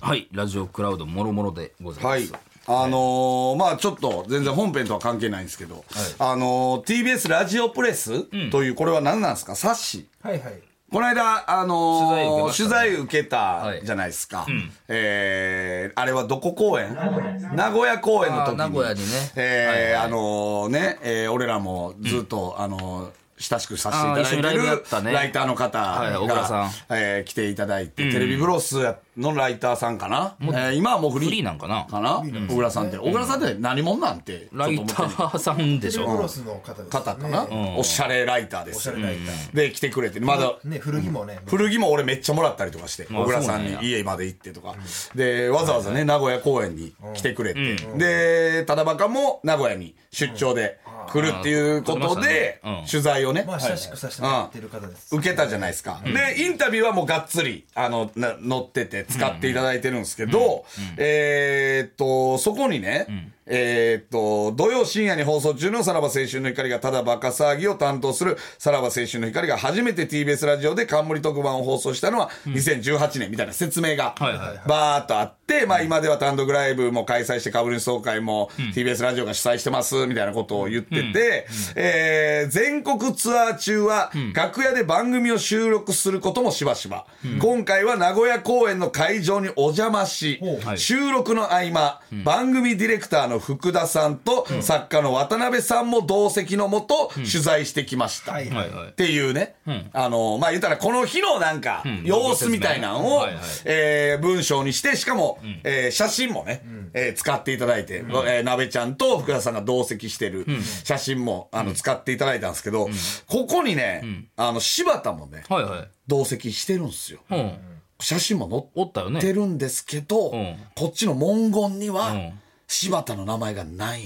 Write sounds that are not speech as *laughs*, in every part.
はい、ラジオクラウドもろもろでございます。はい。あのーまあちょっと全然本編とは関係ないんですけど、あのー TBS ラジオプレスという、これは何なんですか冊子。はいはい。この間、あのー取取材材受けたはいじゃないですか。えーあれはどこ公演名古屋公演の時あーに。名古屋にねえーあのーね、えー俺らもずっと、あのー親しくさせていただいてるあー一緒にライブやったねライターの方はいが、小倉さんえー来ていただいて、テレビブロスのライターさんかな、えー今はもうフリーフリーなんかなかな小倉さんって小倉さんって何者なんてちょっとラ思イってターさんでしテレビょブロスの方ですね。方かな、ねおしゃれライターでおすしゃれライター。で来てくれてまだね、古着もね。古着も俺めっちゃもらったりとかして、まあ小倉さんそうになんや家まで行ってとか。で、わざわざね、名古屋公演に来てくれて。で、ただばかも名古屋に出張で来るっていうこあとー撮りましたねでうん、取材をねま、あ、親しくさせてもらってる方です。受けたじゃないですか。で、インタビューはもうがっつり、あの、な乗ってて使っていただいてるんですけど、えーっと、そこにね、えーっと、土曜深夜に放送中のさらば青春の光がただバカ騒ぎを担当するさらば青春の光が初めて TBS ラジオで冠特番を放送したのは2018年みたいな説明がはいはいバーっとあって、まあ今では単独ライブも開催して株主総会も TBS ラジオが主催してますみたいなことを言ってて、えー全国ツアー中は楽屋で番組を収録することもしばしば。今回は名古屋公演の会場にお邪魔しほう、はい収録の合間、番組ディレクターの福田さんと作家の渡辺さんも同席のもと取材してきました。はいはいはいっ。ていうね、あの、まあ、言ったらこの日のなんか、様子みたいなのを、はいはいえー文章にして、しかも、えー写真もね、えー使っていただいて、えー、なべちゃんと福田さんが同席してる写真も、あの、使っていただいたんですけど、ここにね、あの、柴田もね、はいはい。同席してるんですよ。うん。写真もおったよね載っ。てるんですけど、んこっちの文言には、うん柴田の名前がない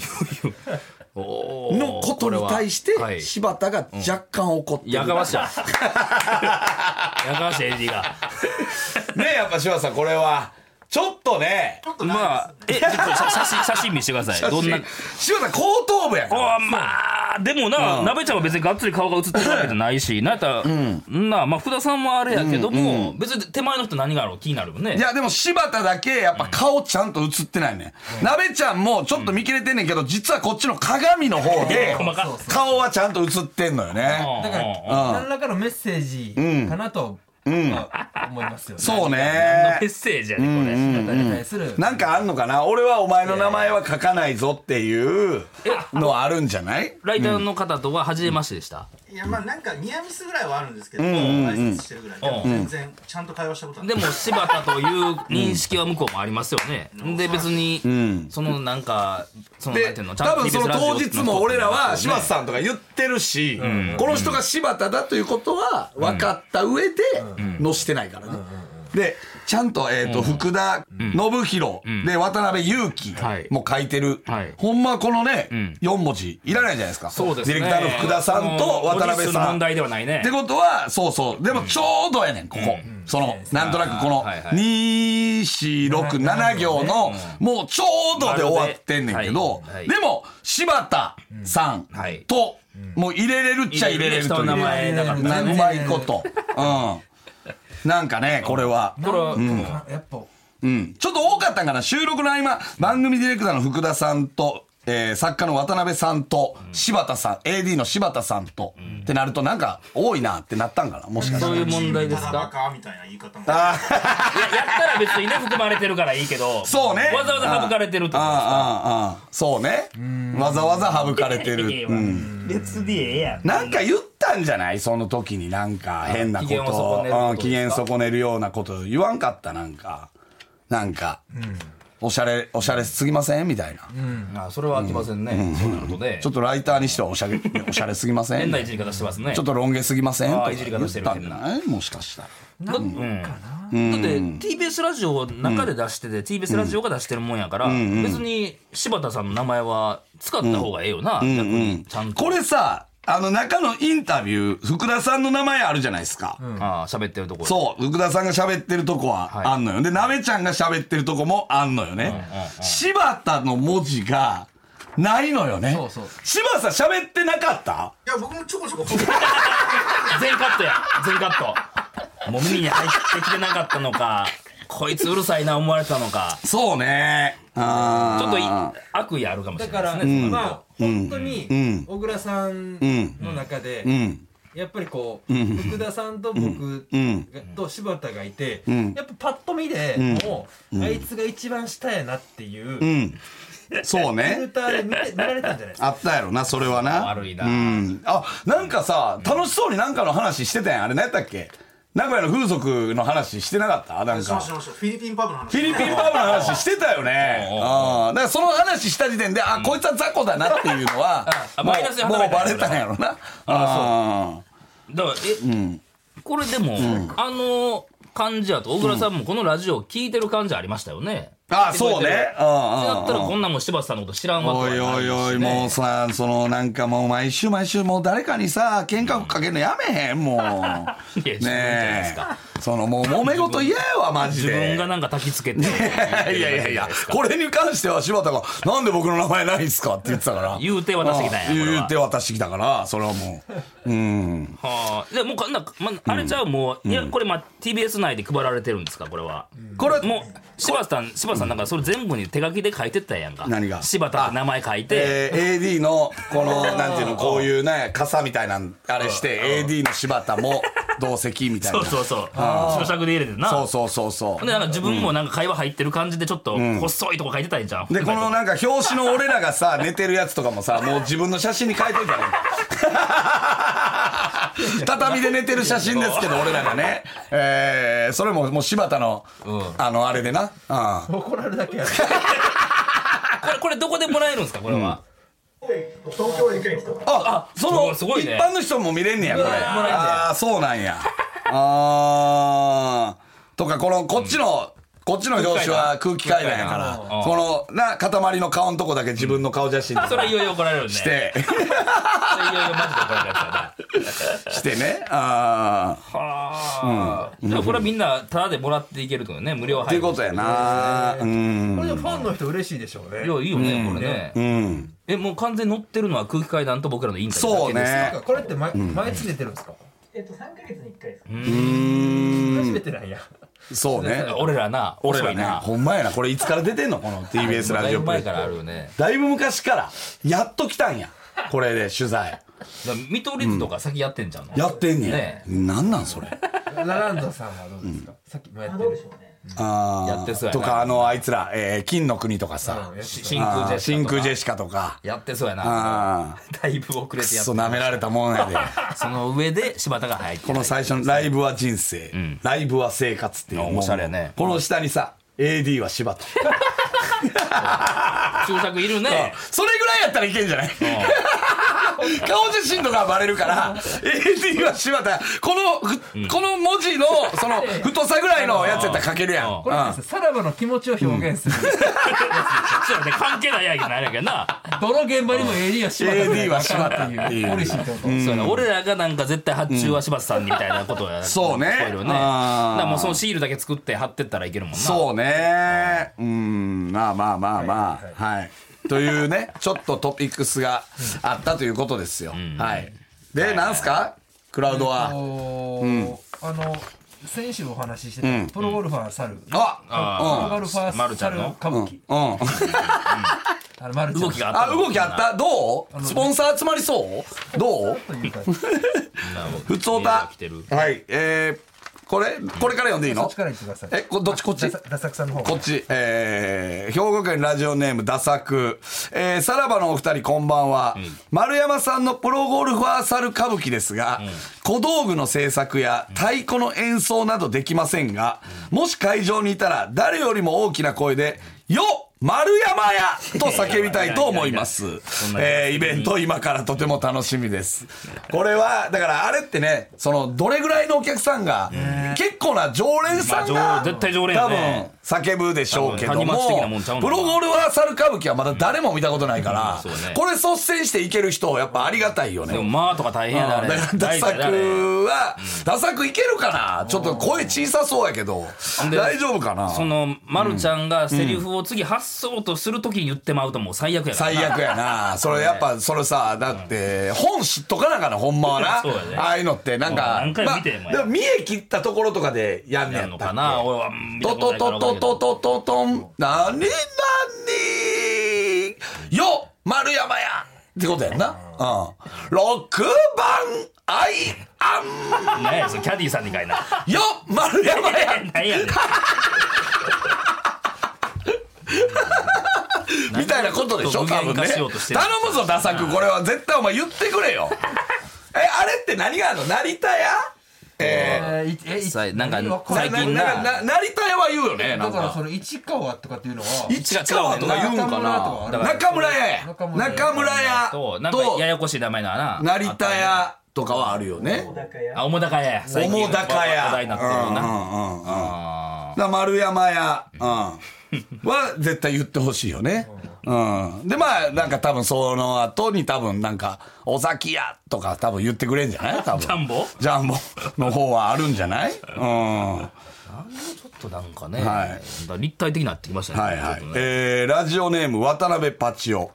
おーのことに対しこれははて、い柴田が若干怒ってる。やかまし *laughs* いやかましい AD が。ねえやっぱ柴田さんこれはちょっとねまあ、え、ちょっと写写真、写真見せてください。どんな。柴田さん後頭部やからあーまあ、でもな、なべちゃんは別にがっつり顔が映ってるわけじゃないし、なんやったら、なあ、まあ、福田さんもあれやけども、別に手前の人何があろう気になるよね。いやでも柴田だけやっぱ顔ちゃんと映ってないね、なべちゃんもちょっと見切れてんねんけど実はこっちの鏡の方で細かっ顔はちゃんと映ってんのよねうんだから、何らかのメッセージかなと、まあ思いますよね。そうメねッセージやね、これ。柴田に対する。なんかあんのかな俺はお前の名前は書かないぞっていうのはあるんじゃないライターの方とは初めましてでした。いやまあなんかニアミスぐらいはあるんですけど、挨拶してるぐらいでも全然ちゃんと会話したことはなでい、も柴田という認識は向こうもありますよね。で別に、そのなんかそのなんでていうの多分その TBS ラジオ当って日も俺らは柴田ねさんとか言ってるし、この人が柴田だということは分かった上でのしてないからね。でちゃんと,、えーと福田信弘、で渡辺裕樹はいも書いてる、はいほんまはこのね、ん4文字いらないじゃないですかそうですね。ディレクターの福田さんと渡辺そのさん。問題ではないねって。ことは、そうそう。でもちょうどやねん、ここ。その、なんとなくこの、はいはい2、4、6、7行の、もうちょうどで終わってんねんけどまるでは、いでも、柴田さんはいと、もう入れれるっちゃ入れれるとい人う。の名前だからね。うまい *laughs* こと。うん。なんかね、これは。これは、なんかやっぱ、うん。ちょっと多かったんかな。収録の合間、番組ディレクターの福田さんと、えー作家の渡辺さんと、柴田さん、AD の柴田さんと、ってなるとなんか多いなってなったんかな。もしかしたそらういう問題ですただバか。カみたいな言い方もあーいややったら別にね含まれてるからいいけど。そうね。わざわざ省かれてるってあことですか。あ、ああ、ああ。そうね。わざわざ省かれていやいる。やうん。別でええやん。なんか言ったんじゃないその時になんか変なこ機嫌をと損ねることうん機嫌損ねるようなこと言わんかったなんか。なんか、おしゃれ、おしゃれすぎませんみたいな。あそれはあきませんね。そうなるとねちょ。っとライターにしてはお *laughs* しゃれ、おしゃれすぎません変なちいじり方してますね。ょっとロン毛すぎませんとああかいじり言方っしてるたんじゃないもしかしたら。だうんだって TBS ラジオを中で出してて TBS ラジオが出してるもんやから別に柴田さんの名前は使った方がええよな逆にちゃんとこれさ、あの中のインタビュー、福田さんの名前あるじゃないですか。ああ喋ってるところそう、福田さんが喋ってるとこはいはあんのよ。で、なべちゃんが喋ってるとこもあんのよね。柴田の文字がないのよね。そうそう柴田さん喋ってなかったいや僕もちょこちょこい全カットや全カットもう耳に入ってきてなかったのかこいつうるさいな思われたのかそうね。ちちょょっとい悪意あるかもしだれないかでら、すねそれはまあ、本当に、小倉さんんの中で、うん。やっぱりこう、福田さんと僕んがと柴田がいて、やっぱパッと見で、もう、あいつが一番下やなっていう、フうん。そうィルね。ターで見て見られたんじゃないです *laughs* か。あったやろな、それはな。悪いなうん。あ、なんかさ、楽しそうになんかの話してたやん。あれ何やったっけ名古屋の風俗の話してなかったなんしまかし。たしましたフィリピンパブの話フィリピンパブの話してたよね。うんうん。だからその話した時点で、あ、こいつは雑魚だなっていうのは、 *laughs* あもマイナスにうもう働いたバんレたやんやろな。あ、だからえ、これでも、あの感じやと小倉さんもこのラジオ聞いてる感じありましたよね、あ、そうね。うんうんうんだったらこんなもん柴田さんのこと知らんわおけいはなおいしいねおい、もうさ、そのなんかもう毎週毎週もう誰かにさ、喧嘩かけるのやめへん、もう。 *laughs* いや自分じゃないでねすかえ。そのもう揉め事嫌やわ、マジ自で。分がなんか焚きつけていいやいやいや、これに関しては柴田が、なんで僕の名前ないんすかって言ってたから。言うて渡してきたんやうこれは言うて渡してきたから、それはもう。うん。はあでもうかなんか、まあれちゃうもう、いやこれまあ TBS 内で配られてるんですかこれは、これ、もう柴田さん柴田さんなんかそれ全部に手書きで書いてったやんか何が柴田って名前書いて、えー AD の、この、なんていうの、こういうね、傘みたいなん、あれして、AD の柴田も同席みたい *laughs* そな。うそうそう注釈で入れてなそうそうそうそうほんでなんか自分もなんか会話入ってる感じでちょっと細いとこ書いてたんじゃん、で、このなんか表紙の俺らがさ、寝てるやつとかもさ、もう自分の写真に変えといたね。畳で寝てる写真ですけど、俺らがね。えー、それももう柴田の、あの、あれでな。うん。怒られるだけや。これこれどこでもらえるんですかこれは、東京駅駅とかあ、その、すごい一ね般の人も見れんねや、これ。うわーもらえんねああ、そうなんや。あー。とか、この、こっちの、こっちの表紙は空気階段やから、この、な、塊の顔のとこだけ自分の顔写真それはいよいよ怒られるねしそれ *laughs* て、いよいよマジで怒られるやつだねしてね。あー。はあ、でもこれはみんなタダでもらっていけるとね無料ってい配うことやなうんこれでもファンの人嬉しいでしょうねい。やいいよね、これね、うんえもう完全に乗ってるのは空気階段と僕らのインタビューだそうけですなんねかこれって毎毎月出てるんですかえっと3ヶ月に1回です初めてなんや。そうね俺らな俺遅らいねなほんまやなこれいつから出てんのこの TBS ラだジいオぶプレ前イからあるよねだいぶ昔からやっと来たんやこれで取材だから見取り図とか先やってんじゃんの、やってんねねんなんなんそれラランドさんはどうですかさっきもやあってどうでるし。ょうねあーやってそうやとなかあのあいつらえー金の国とかさうんやってした真あー空ジェシ真カと空かジェシカとかやってそうやなああだいぶ遅れくってやってそなめられたもん *laughs* やでその上で柴田が入ってこの最初の「ライブは人生、ライブは生活」っていうおしゃれやねこの下にさ AD は柴田注釈いるねそれぐらいやったらいけんじゃない *laughs* 顔写真とかはバレるから、AD は柴田、この、ふこの文字の、その、太さぐらいのやつやったら書けるやん。うんこれですねさらばの気持ちを表現する。 *laughs* そうやね関係ないやけどないやけどな、どの現場にも AD は柴田 AD は柴田っていうポリシーってこと。そうやな俺らがなんか絶対発注は柴田さんにみたいなこと *laughs* や、そうね聞こえるよねだあーからもうそのシールだけ作って貼ってったらいけるもんなそうね。うん、まあまあまあまあ。はい。というね、 *laughs* ちょっとトピックスがあったということですよ。はい。で、なんすかクラウドは。あの先週お話ししてたプロゴルファー猿、プロあゴルファまるーちゃん猿の歌舞伎、うん。うん。あのマルちゃん動きがあったあ、動きあったどうスポンサー集まりそうどうというか普通だだ。はい。えー、これ、これから読んでいいそのっちから言ってくださいえ、こどっちこっちダサダサくさんの方こっち、えー、兵庫県ラジオネーム、ダサク。えー、さらばのお二人、こんばんは。丸山さんのプロゴルファー猿歌舞伎ですが、小道具の制作や太鼓の演奏などできませんが、もし会場にいたら、誰よりも大きな声で、よ丸山やと叫びたいと思います。んなえーイベント今からとても楽しみです。これは、だからあれってね、その、どれぐらいのお客さんが、結構な常連さんが、まあ常絶対常連やね多分、叫ぶでしょうけど多分谷町的なもも、んちゃうプのかなロゴルファー猿歌舞伎はまだ誰も見たことないから、うんそうねこれ率先していける人、やっぱありがたいよね。でもうんまあとか大変やだなあかれら、ダサ大体クは、ダサクいけるかなちょっと声小さそうやけど、で大丈夫かなその、まるちゃんがセリフを次発そうとするときに言ってまうともう最悪やから最な悪やな。それやっぱ、それさ、だって、本知っとかなあかんな、ほんまはな。そうやねああいうのって、なんか、もう何回まあ見てんもんやでも見え切ったところとかでやんねややんっのたかっなけ俺は見たトことトないからト分かトトトトらんけどトン、なになによ、丸山やってことやんな。うん。6番、アイア何やそれキャディーさん *laughs* にかいなン、よ、丸山や *laughs* 何やねんみたいなことでしょちょっ多と分具現化ねし頼ようとしてるむぞダサくこれは絶対お前言ってくれよ *laughs* えあれって何があるの成田屋ええーいえいさいなんかわーん最ない近ななんかな成田屋は言うよねなだんからそかの市川とかっていうのは市川とか言うんか中村となかある中村屋や中村屋中村屋となんかやとやこしい名前のはな成田屋とかはあるよねあ面高や最近桃高屋話題になってるうんなうんうんうんあだから丸山屋、うん、は絶対言ってほしいよね。うん。で、まあ、なんか多分その後に多分なんか、尾崎屋とか多分言ってくれんじゃない多分。ジャンボジャンボの方はあるんじゃないうん。はーちょっとなんかね、はいだから立体的になってきましたいねはちいょっ。とねえー、ラジオネーム渡辺パチオ。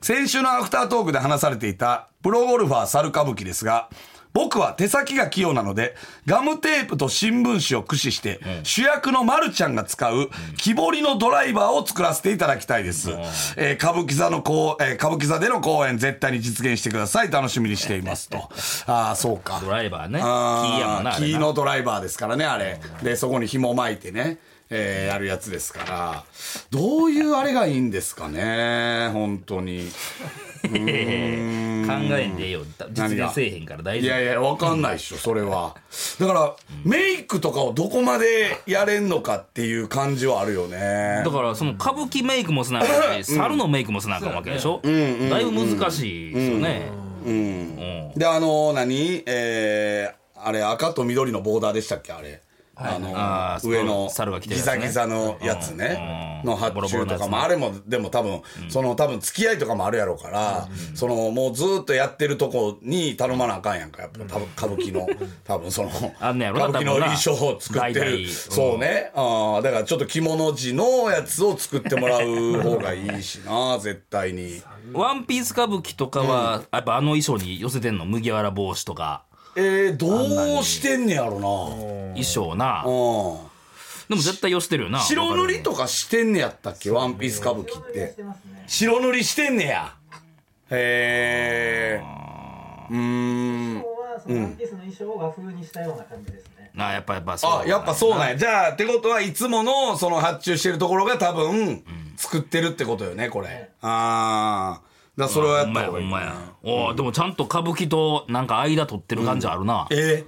先週のアフタートークで話されていたプロゴルファー猿歌舞伎ですが、僕は手先が器用なので、ガムテープと新聞紙を駆使して、主役の丸ちゃんが使う木彫りのドライバーを作らせていただきたいです。えー歌舞伎座の公、えー歌舞伎座での公演絶対に実現してください。楽しみにしています *laughs* と。ああ、そうか。ドライバーねキあーーやもんなあキれーなのドライバーですからね、あれ。で、そこに紐巻いてね、えーやるやつですから。どういうあれがいいんですかね、本当に。考えんでええよ実現せえへんから大い丈やいや、わかんないっしょ、それは。だから、メイクとかをどこまでやれんのかっていう感じはあるよね夫だ。からその歌舞伎メイクもすなあかんし猿のメイクもすなあかんわけでしょだいぶ難しいですよねうんで、あの何えーあれ、赤と緑のボーダーでしたっけ、あれ。あのあー上の猿が着てギるやつねザギザのやつね、うんの発注ボロボとロのやかつもねあれもでも多分、その多分付き合いとかもあるやろうから、そのもうずーっとやってるとこに頼まなあかんやんかやっぱ多分歌舞伎の多分そのあんねやろな歌舞伎の多衣分な装を作って代々うるんそうねあーだからちょっと着物地のやつを作ってもらう方がいいしな絶対 *laughs* に。ワンピース歌舞伎とかはやっぱあの衣装に寄せてんの麦わら帽子とかえー、どうしてんねやろな衣装なうんでも絶対寄せてるよな白塗りとかしてんねやったっけワンピース歌舞伎って白塗りしてんねやへえうーんここはそのワンピースの衣装を和風にしたような感じですね。なやっぱやっぱあやっぱそうななんやじゃあってことはいつものその発注してるところが多分作ってるってことよねこれああだからそれをやっほんまたや方ほがいんいまやおーでもちゃんと歌舞伎となんか間取ってる感じあるなえ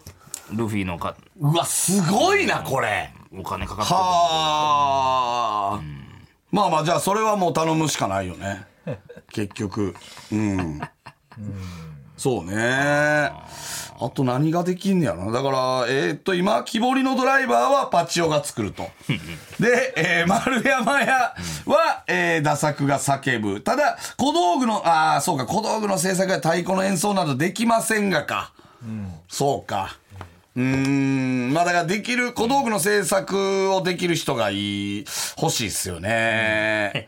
ルフィのかーうわすごいなこれお金かかってるはあまあまあじゃあそれはもう頼むしかないよね結局うんそうねあと何ができんねやろなだからえーっと今木彫りのドライバーはパチオが作るとで、えー丸山屋は、えー、打作が叫ぶただ小道具のああそうか小道具の制作や太鼓の演奏などできませんがか、そうかうーんまあだからできる小道具の制作をできる人がいい欲しいっすよね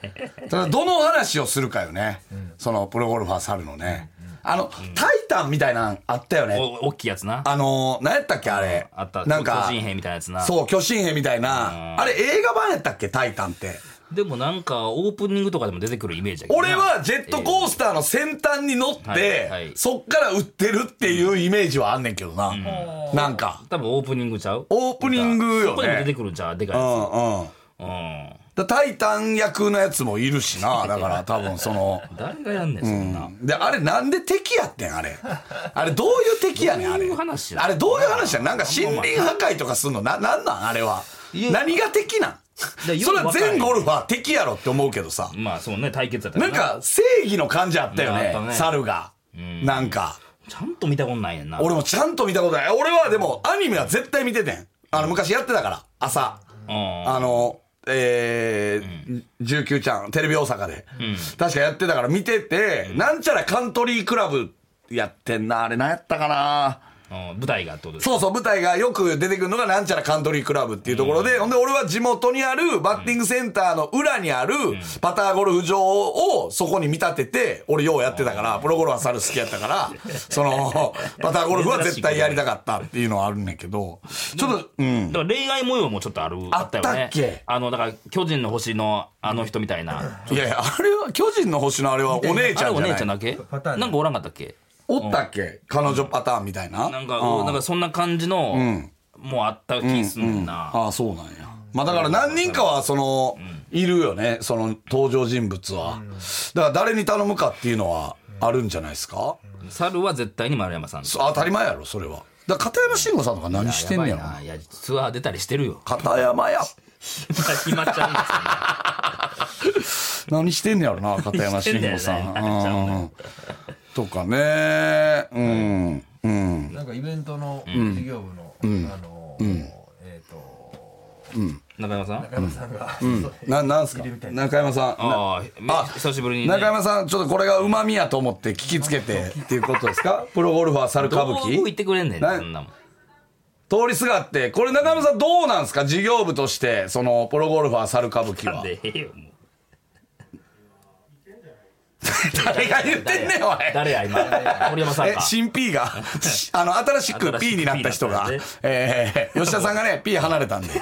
ただどの話をするかよね、そのプロゴルファー猿のね、あの「タイタン」みたいなんあったよね、お大きいやつなあの何やったっけあれあったなんか巨人兵みたいなやつなそう巨神兵みたいな、あれ映画版やったっけ「タイタン」ってでもなんかオープニングとかでも出てくるイメージやけどな俺はジェットコースターの先端に乗って、はいはいそっから売ってるっていうイメージはあんねんけどな、なんか多分オープニングちゃうオープニングよねそこにも出てくるんちゃうでかいうんやうんつうんだタイタン役のやつもいるし *laughs* な、だから多分その。誰がやんねんそんなで、あれなんで敵やってん、あれ。あれどういう敵やねん、あれ。どういう話やあれどういう話やなんか森林破壊とかすんのな、なんなんあれは。何が敵なんそやよくれわはかんない全ゴルファー敵やろって思うけどさ。まあそうね対決だったならんか正義の感じあったよなんかあねっ、たね猿が。なんか。ちゃんと見たことないやんな俺もちゃんと見たことない。俺はでもアニメは絶対見ててん。あの昔やってたから、朝。うんあの、えー19ちゃん、テレビ大阪で、確かやってたから見てて、なんちゃらカントリークラブやってんな、あれ何やったかな。うん舞台がってことですかそうそう、舞台がよく出てくるのがなんちゃらカントリークラブっていうところで、ほんで俺は地元にあるバッティングセンターの裏にあるパターゴルフ場をそこに見立てて、俺ようやってたから、プロゴルファー猿好きやったから、そ *laughs* の、パターゴルフは絶対やりたかったっていうのはあるんだけど、ちょっと、うん。だから恋愛模様もちょっとあるあったよねよねあのだから巨人の星のあの人みたいな、いやいや、あれは、巨人の星のあれはお姉ちあゃれんおじゃ姉ちゃんなだいけパターンなんかおらんかったっけおったっけ彼女パターンみたいな。なんか、うなんかそんな感じの、もうあった気すんな、ああ、そうなんや。まあだから何人かは、その、いるよね、その登場人物は。だから誰に頼むかっていうのはあるんじゃないですか猿は絶対に丸山さんそ当たり前やろ、それは。だから片山慎吾さんとか何してんねやろやばいないやツアー出たりしてるよ片山や。 *laughs* 暇ちゃうんですよね何してんねやろ *laughs* な、片山慎吾さ何してんだよねん。うんとかね。うん。うん。なんかイベントの事業部の、あのーえっ、と中山さん中山さんが、そうな、なんすかいるみたいな中山さん。なああ久しぶりに、ね、中山さん、ちょっとこれが旨味やと思って聞きつけてっていうことですかプロゴルファー猿歌舞どう伎言ってくれんねんなそんなもん通りすがって、これ中山さんどうなんですか事業部として、その、プロゴルファー猿歌舞伎なんは。でええよもう誰が言ってんねん、おい。誰や今森山さんえ、か新 P *laughs* が、あの、新しく新しい P になった人がピーになったんで、えー、吉田さんがね、P 離れ *laughs* たんで。こ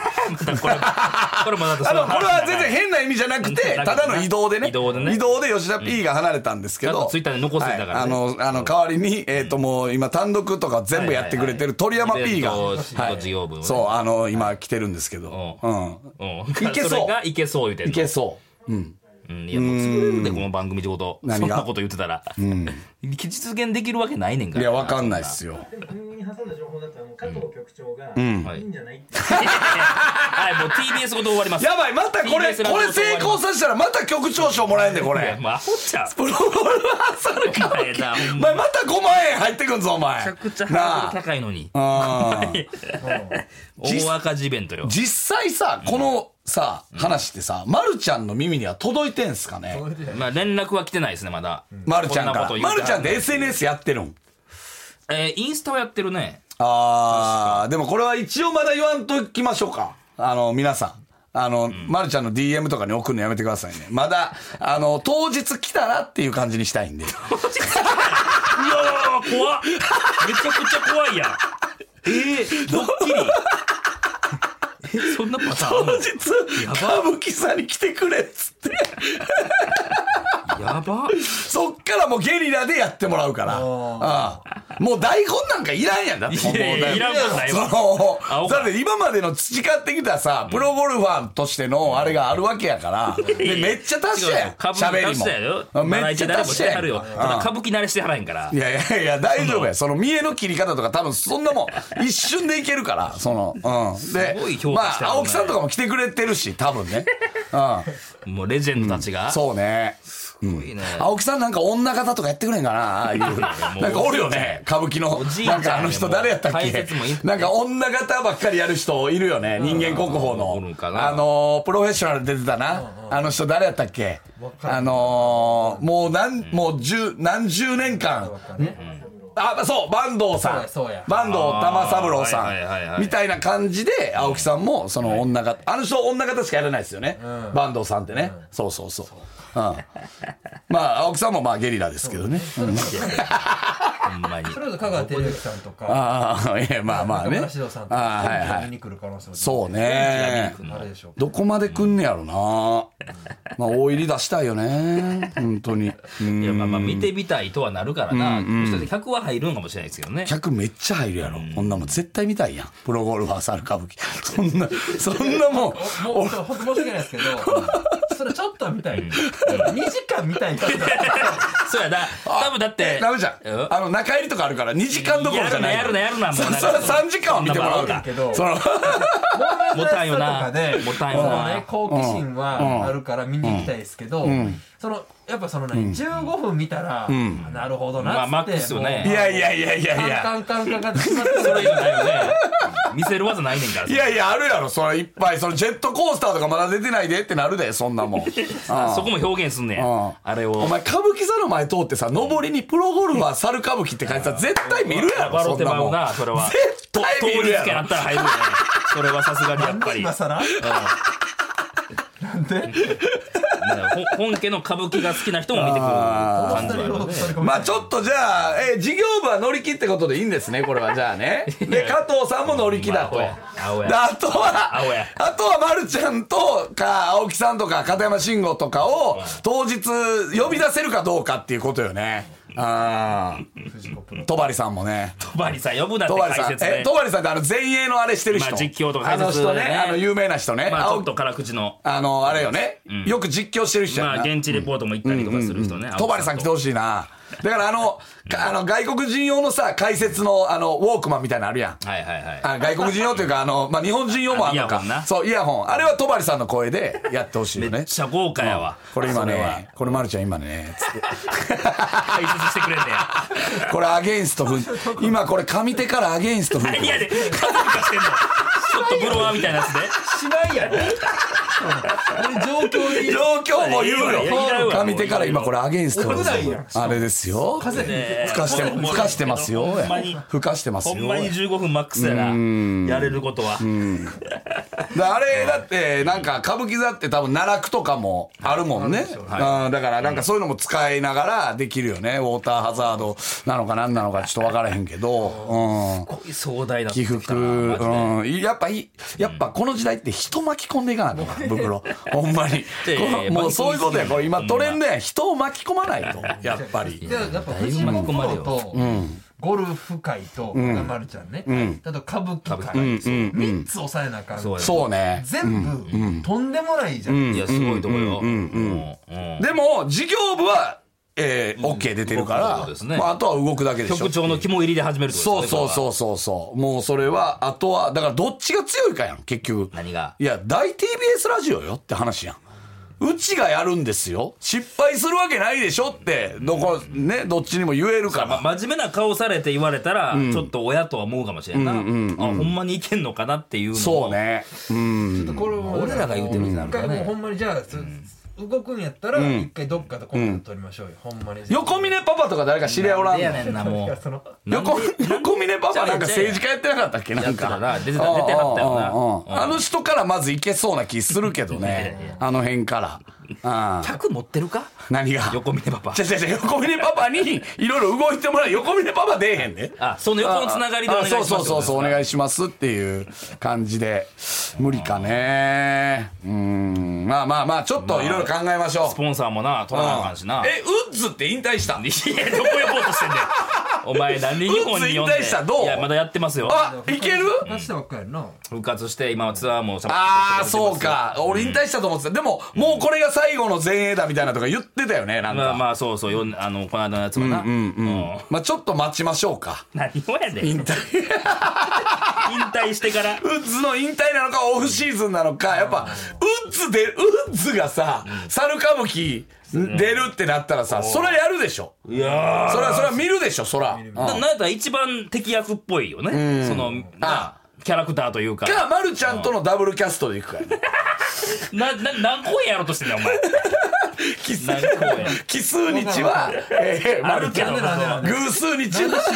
れこれ *laughs* もだってあその、のこれは全然変な意味じゃなく *laughs* て、ただの移動でね、移動でね吉田 P が離れたんですけちゃんど、とツイッターで残すんだからねはいあの、あの、代わりに、えっと、もう今単独とか全部やってくれてる鳥山 P が、イベントはい事業部をねそう、あの、今来てるんですけど、ううん。うんいけそうそれがいけそう言ういてんけのそう。うんいやもう作れるでこの番組仕事そ何んがなこと言ってたら実現できるわけないねんからいや、わかんないっすよ。でも小耳に挟んだ情報だったらもう加藤局長が、はいいいんじゃないってはいもう TBS ごと終わりますやばい、またこれ、 TBS これ成功させたらまた局長賞もらえんで、こいやれ。もうアホちゃうプロゴルファー猿歌舞伎。お前また5万円入ってくんぞ、お前。めちゃくちゃハーなドル高いのにあ。うん実大赤字イベントよ実際さ、このさ、話ってさ、まるちゃんの耳には届いてんすかねそれでまあ連絡は来てないですねまだまるちゃんこかなこら。と言まうるちゃんって SNS やってるんえーインスタはやってるねあー、でもこれは一応まだ言わんときましょうか。あの、皆さん。あの、まるちゃんの DM とかに送るのやめてくださいね。まだ、あの、当日来たらっていう感じにしたいんで。うわー怖っめちゃくちゃ怖いやんえー、ドッキリえそんなパターンあんの当日、歌舞伎さんに来てくれっつって、やばそっからもうゲリラでやってもらうから。ああもう台本なんかいらんやんだって。いやいやいらんもんないわそ青の、かだって今までの培ってきたさ、プロゴルファーとしてのあれがあるわけやから、でめっちゃ達者やん。歌舞伎喋達者やりよも。めめっっちちゃゃ誰も達して者やはるよただ歌舞伎慣れしてはらへんからいやいやいや、大丈夫や。その見えの切り方とか多分そんなもん、一瞬でいけるから、その、うん。でごい評、価ましてあ、は青るね木さんとかも来てくれてるし、多分ね。うもうレジェンドたちがん。そうね。ういいね青木さんなんか女方とかやってくれんかなああいう。 *laughs* なんかおるよね。歌舞伎のおじ。いちゃなんんかあの人誰やったっ解け説もいいってなんか女方ばっかりやる人いるよね。人間国宝おのるんか。なあのー、プロフェッショナルで出てたな。あの人誰やったっけかんないあのー、もう何、もう十、何十年間。あ、そう、坂東さん。そうや坂東玉三郎あーはいはいはいさはいん。みたいな感じで、青木さんも、その女方、あの人女方しかやらないですよね。坂東さんってね。そうそうそう。うん。まあ、青木さんもまあゲリラですけどね。うんほんまにそれこそ香川照之さんとかああ、いや、まあまあね。中村獅童さんとかああ、はいは見い。に来る可能性もそうえね。ーあれでしょうどこまで来んねやろな。まあ、大入り出したいよね。本当に。うんいやまあまあ見てみたいとはなるからな、もしかしたら100は入るんかもしれないですけどね客めっちゃ入るやろ。こんなもん絶対見たいやん。プロゴルファー猿歌舞伎。そんな、そんなもん。もうちょっと本当申し訳ないですけどそれちょっと見たい2時間見たいそうやな多分だってダメじゃうんん。あの、中入りとかあるから、2時間どころじゃない。やるなやるなやるなもうそそそ3時間は見てもらうからけどその、もたんよなとかでもたんそよのなね好奇心はあるから見に行きたいですけど、そのやっぱその何、15分見たら、なるほどなっつって、まあマックスよねいやいやいやいやいや。カンカンカンカンカンってなってそれ以上ないよね見せる技ないねんからいやいや、あるやろ、それいっぱい。そのジェットコースターとかまだ出てないでってなるで、そんなもん。あそこも表現すんねうんんあれをお前、歌舞伎座の前通ってさ、上りにプロゴルファー猿歌舞伎って書いてたら絶対見るやろ、笑そっんてなまも。うんなそれは絶と対当見る日や券あろっ。たら入るねそれはさすがにや *laughs* っぱり今更なんでうんほ本家の歌舞伎が好きな人も見てくる感じはあるよね *laughs* まあちょっとじゃあ、えー事業部は乗り気ってことでいいんですね、これはじゃあ *laughs* ね。で、加藤さんも乗り気だと。まであ青や青やあとは青や、あとは丸ちゃんとか、青木さんとか、片山慎吾とかを当日呼び出せるかどうかっていうことよね。ああ。戸張さんもね。戸張さん呼ぶなって戸張解さん、説え、で戸張さんってあの前衛のあれしてる人。まあ実況とかあ解の説人ね、ねあの有名な人ね。まあちょ青っと辛口のあの、あれよね。よく実況してる人やまなあ現地レポートも行ったりとかする人ね戸張さん来てほしいな。だからあの、かあの外国人用のさ、解説のあの、ウォークマンみたいなのあるやん。はいはいはいあ外国人用というか、あの、まあ、日本人用もあるのあイヤホンか。なそう、イヤホン。あれは戸張さんの声でやってほしいよめっね。ちゃ豪華やわこれ今そはね、これまるちゃん今ね、つって解説してくれんねや *laughs* これアゲインスト踏 *laughs* ん、今これ上手からアゲインスト踏ん何やで風吹かしてんのちょっとブロワーみたいなやつでしないやろそうこれ状況に状況も言ういやいやいやいやいよ。や上手から今これアゲインスト危ないやんあれですよ。風ね吹かして、もうもう吹かしてますよ。ほんまに吹かしてますほよ。んまに15分マックスやなやれることはだあれだってなんか歌舞伎座って多分奈落とかもあるもんね、うん、だからなんかそういうのも使いながらできるよねウォーターハザードなのか何なのかちょっと分からへんけど、うん、すごい壮大な起伏、うん、やっぱいやっぱこの時代って人巻き込んでいかないと *laughs* 袋ほんまにやいやいやこもう巻き込みそういうことやこれ今うんトレンドや人を巻き込まないとやっぱりでやっぱ藤本プロと、ゴルフ界と、まるちゃんね、あと歌舞伎界、3つ抑えなあかん、そうやそうね全部、とんでもないじゃん、いやすごいとこよもううんでも事業部はえー、OK 出てるか動くら、ってことですねまあ、あとは動くだけでしょ局長の肝入りで始めるってこそとうですねそうそうそうそう。もうそれは、あとは、だからどっちが強いかやん、結局。何がいや、大 TBS ラジオよって話やん。うちがやるんですよ。失敗するわけないでしょって、どこ、ね、どっちにも言えるかまら。真面目な顔されて言われたら、ちょっと親とは思うかもしれんな、あほんまにいけんのかなっていうのをそうね。うん。これも俺らが言うてるってなるからね一回もうほんまにじゃあ、そ動くんやったら一回どっかとコンタクト取りましょうよ、ほんまに横峰パパとか誰か知り合いおらなんんでやのねんなもうそのなんで *laughs* 横横峰パパなんか政治家やってなかったっけなんかやってたな出てた出てはったよなうんうんうんうんあの人からまずいけそうな気するけどねあの辺から *laughs* うん100持ってるか何が横峰パ *laughs* パじゃじゃじゃ横峰パパにいろいろ動いてもらう横峰パパ出えへんで。あその横のつながりでお願いしますあそうそうそうそうお願いいしますっていう感じで無理かねうんまあまあまあちょっといろいろ考えましょスう、ポンサーもな取らなあかんしな、えウッズって引退したんいやどこ呼ぼうとしてんねんお前何で日本に呼んウッズ引退でしたどういやまだやってますよあいける出したばっかやんな復活して今はツアーもサボってああやってますよそうか俺引退したと思ってたでももうこれが最後の前衛だみたいなとか言ってたよねなんか、ままああまあそうそうよんあのこの間のやつもな、うんちょっと待ちましょうか何をやでん引退引退してからウッズの引退なのかオフシーズンなのかやっぱウッズでウッズがさ猿歌舞伎出るってなったらさそれはやるでしょいやそれはそれは見るでしょそらうんななんやったら一番敵役っぽいよねそのなキャラクターというかかまるちゃんとのダブルキャストでいくからねなな何公演やろうとしてんねんお前奇数何公演奇数日はえーあまるるけちゃどんなんでなんでなんで偶数日は主人公が主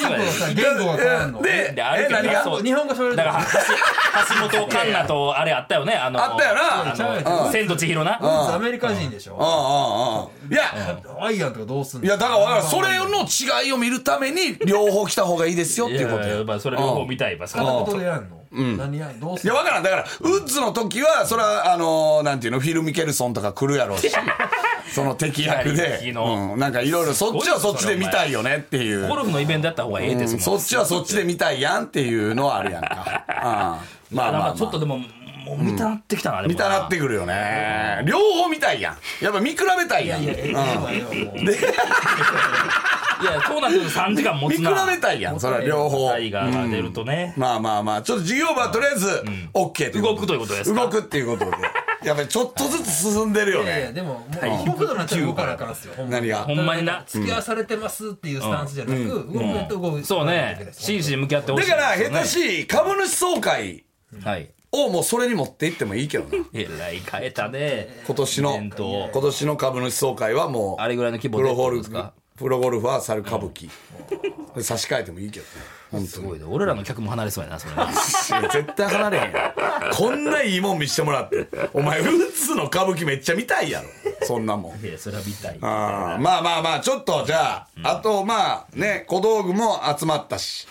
人公がさ言語が変わんのでであるけどえ何がそう日本語喋れるだから橋橋本環奈とあれあったよねあのあったよなちゃうやつな千と千尋なアメリカ人でしうょんうんうんいやアイアンとかどうすんのいやだからわからんそれの違いを見るために両方来た方がいいですよっいていうことやよやっぱそれ両方見たいわそれ片言でやんの何やんどうすいんや、のわからん。だから、ウッズの時は、それは、あのーなんていうの、フィル・ミケルソンとか来るやろう *laughs* し、その敵役左で、利きのうん、なんかいろいろ、そっちはそっちで見たいよねっていうゴ。ルフのイベントやった方がええでうすんそもんっちはそっちで見たいやんっていうのはあるやんか。う *laughs* んまあだからままあ、あちょっとでももう見たなってきたなでも見たなってくるよね。両方見たいやん。やっぱ見比べたいやん。いやええわええわもういいや、そうなってくると3時間持見つ比な。べたいやん、それは両方。タイガーが出るとね。まあまあまあ、ちょっと事業部はとりあえず、OK という動くということですか動くっていうことで。やっぱりちょっとずつ進んでるよいやいやね。でももう僕となっちゃ動かなあかんっすよほんまに何がほんまにな。付き合わされてますっていうスタンスじゃなく動くと動くそうね。真摯に向き合ってほしだい。から、下手しい株主総会い。はい。をもうそれに持っていってもいいけど *laughs* な。えらい変えたね。今年の、伝統今年の株主総会はもう、あれぐらいの規模プでロゴルですフか、プロゴルファー猿歌舞伎。差し替えてもいいけどね。本す当に。ごいね。俺らの客も離れそうやな、それ。絶対離れへんやん。こんないいもん見してもらって。お前、ウッズの歌舞伎めっちゃ見たいやろ。そんなもん。いや、それは見たい。あーまあまあまあ、ちょっとじゃあ、あとまあね、小道具も集まったし、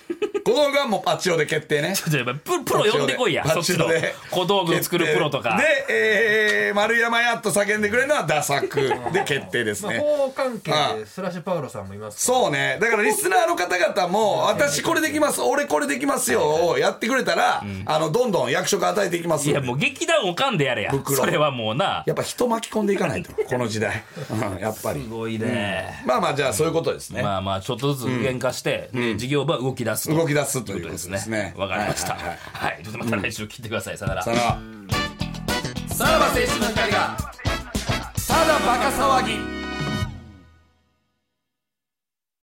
小道具はもうパチオで決定ね。ちょっとやっぱププロ呼んでこいや、パそっチちオのでパチオで。小道具作るプロとか。で、えー、丸山やっと叫んでくれるのはダサ *laughs* くで決定ですまあね。法関係あでスラッシュパウロさんもいますからそうね。だからリスナーの方々も、私これできます、俺これできますよ、をやってくれたら、あの、どんどん役職与えていきますいや、もう劇団おかんでやれや。袋それはもうな。やっぱ人巻き込んでいか *laughs* ないと、この時代。うんやっぱりす。ごいね。まあまあ、じゃあそういうことですね。まあまあ、ちょっとずつ具現化して、で事業部は動き出すと。動き出すとといいううここととでですすねね。わかりました。はいはいはいはい。ちょっとまた来週聞いてください。さよなら。さよならさらば青春の光がただバカ騒ぎ